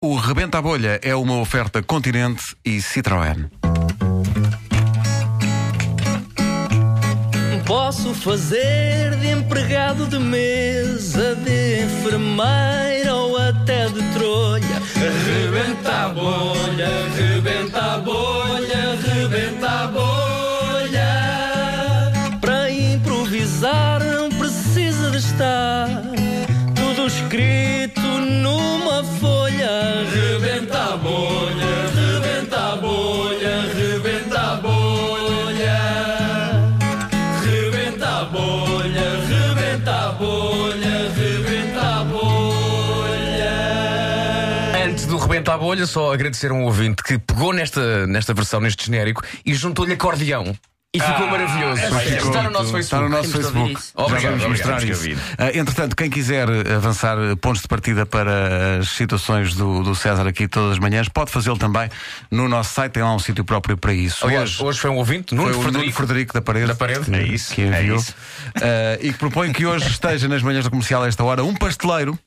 O Rebenta a Bolha é uma oferta Continente e Citroën. Posso fazer de empregado de mesa, de enfermeira ou até de trolha. Rebenta a bolha, rebenta a bolha, rebenta a bolha. Para improvisar não precisa de estar tudo escrito numa folha. Rebenta a bolha, rebenta a bolha, rebenta a bolha. Rebenta a bolha, rebenta a bolha, rebenta a bolha. Antes do Rebenta a Bolha, só agradecer a um ouvinte que pegou nesta, nesta versão, neste genérico, e juntou-lhe acordeão. E ficou maravilhoso. Está no nosso Facebook. Está no nosso Temos de Facebook. ouvir isso. Já Obrigado, vamos obrigado, mostrar temos isso. que Ah, entretanto, quem quiser avançar pontos de partida para as situações do, do César aqui todas as manhãs, pode fazê-lo também no nosso site, tem lá um sítio próprio para isso. Aliás, Hoje hoje, foi um ouvinte, Nuno foi o Nuno Frederico. Frederico da Parede, Da Parede. que, É isso, que é enviou isso. Ah, e que propõe que hoje esteja nas manhãs da comercial a esta hora um pasteleiro.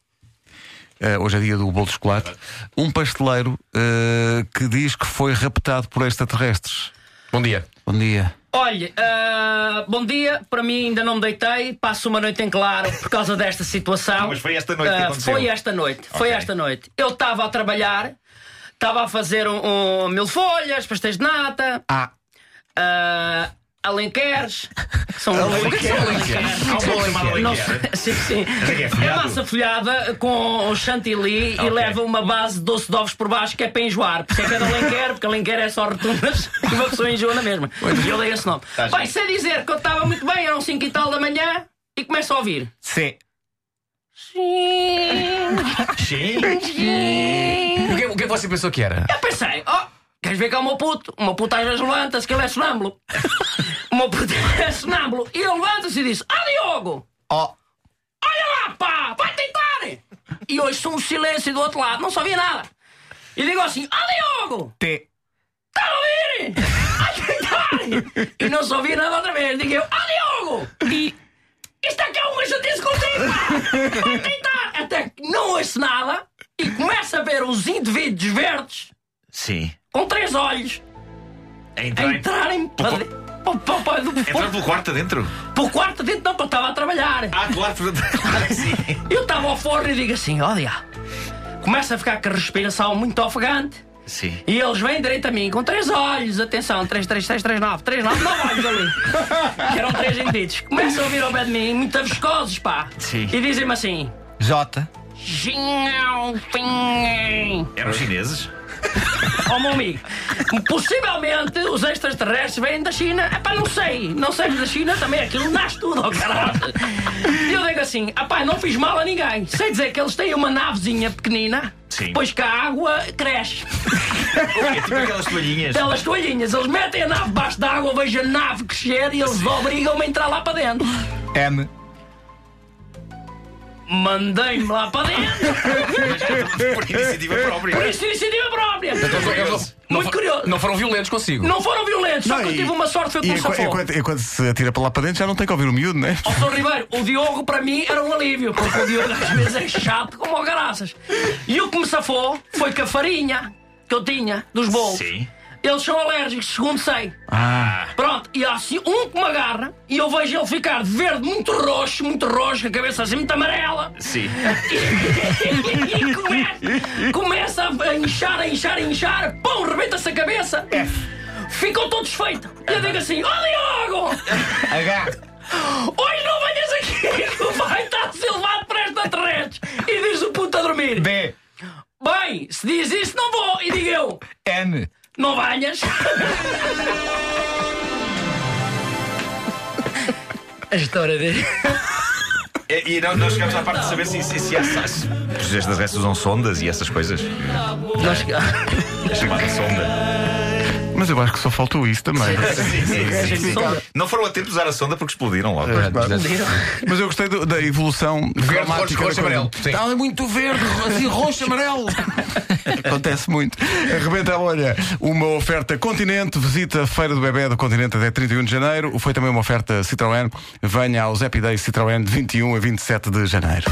ah, hoje é dia do bolo de chocolate. Um pasteleiro ah, que diz que foi raptado por extraterrestres. Bom dia. Bom dia. Olha, ah, bom dia. Para mim ainda não me deitei. Passo uma noite em claro por causa desta situação. Mas foi esta noite que Ah, aconteceu. Foi esta noite. Foi Ok. esta noite. Eu estava a trabalhar, estava a fazer um, um mil folhas, pastéis de nata. Ah. ah, Alenqueres. São Alenqueres. Alenqueres. Há um bolo chamado Alenquer. Não sei- Sim, sim. que é É folhado? massa folhada com chantilly e ok. leva uma base de doce de ovos por baixo que é para enjoar. Por isso é que é de Alenquer, porque Alenquer é só rotundas e uma pessoa enjoa na mesma. E eu dei esse nome. Estás Bem, bem. sei dizer que eu estava muito bem, eram 5 e tal da manhã e começo a ouvir. Sim. Sim. O que, o que é que você pensou que era? Eu pensei, oh, queres ver que é o meu puto? O meu puto às vezes levanta-se, que ele é sonâmbulo. o meu puto é sonâmbulo. E ele levanta-se e diz: Ah, Diogo! Olha lá, pá! Vai tentar! E hoje sou um silêncio do outro lado, não se ouvia nada. E digo assim: Ah, Diogo! T. Está a ouvir? Vai tentar! E não se ouvia nada outra vez. Digo eu: Ah, Diogo! E. Isto aqui é uma chatice contigo! pá! Vai tentar! Até que não ouço nada e começo a ver os indivíduos verdes Sim. com três olhos a Entrou. Entrou entrarem para de- pa- pa- pa- do- é pelo quarto adentro. para o quarto dentro, não, porque eu estava a trabalhar. Ah, claro, claro que sim. Eu estava ao forno e digo assim: ó diabo. Começa a ficar com a respiração muito ofegante. Sim. E eles vêm direito a mim com três olhos, atenção, 3, 3, 6, 3, 9, 3, 9, 9 olhos ali. Que eram três indivíduos. Começam a vir ao pé de mim, muito viscosos, pá. Sim. E dizem-me assim: Jota. Pinhão. Eram chineses? Ó meu amigo, possivelmente os extraterrestres vêm da China. Epá, não sei, não sei da China também, aquilo nasce tudo, oh, caralho. E eu digo assim, epá, não fiz mal a ninguém. Sei dizer que eles têm uma navezinha pequenina, Sim. depois que a água cresce. É tipo aquelas toalhinhas. Pelas toalhinhas, eles metem a nave debaixo da água, eu vejo a nave crescer e eles obrigam-me a entrar lá para dentro. M. Mandei-me lá para dentro, Por iniciativa própria. por isso iniciativa própria. Eles não- Muito não, curioso. Não foram violentos consigo. Não foram violentos, só Então, Não, que eu e- tive uma sorte, foi E com um o enquanto, sapão. enquanto- enquanto se atira para lá para dentro já não tem que ouvir o miúdo, não é? Ó, Sr. Ribeiro, o Diogo para mim era um alívio, porque o Diogo às vezes é chato como o graças. E o que me safou foi que a farinha que eu tinha dos bolos, Sim. eles são alérgicos, segundo sei. Ah. Pronto, e há assim um que me agarra e eu vejo ele ficar de verde, muito roxo, muito roxo, com a cabeça assim muito amarela. Sim. e começa, começa a inchar, a inchar, a inchar, pão, rebenta-se a cabeça. Ficou todo desfeito. E eu digo assim: Ó Diogo! H. Hoje não venhas aqui que vai estar silvado para esta terrestre! E diz o puto a dormir. B. Bem, se diz isso, não vou! E digo eu, N. não venhas! A história dele. É, E, e não, nós chegamos à parte de saber se, se, se há. se- Os extraterrestres usam sondas e essas coisas. Nós... É chamada sonda. Mas eu acho que só faltou isso também. Sim, sim, sim. Sonda. Não foram a tempo de usar a sonda porque explodiram logo. Mas eu gostei do- da evolução roxo, dramática. roxo, da coisa. amarelo. Sim. Tá, é Está ali muito verde, assim roxo, amarelo. Acontece muito. Arrebenta a bolha. Uma oferta Continente. Visita a Feira do Bebé do Continente até 31 de um janeiro. Foi também uma oferta Citroën. Venha aos Happy Days Citroën de 21 a 27 de janeiro.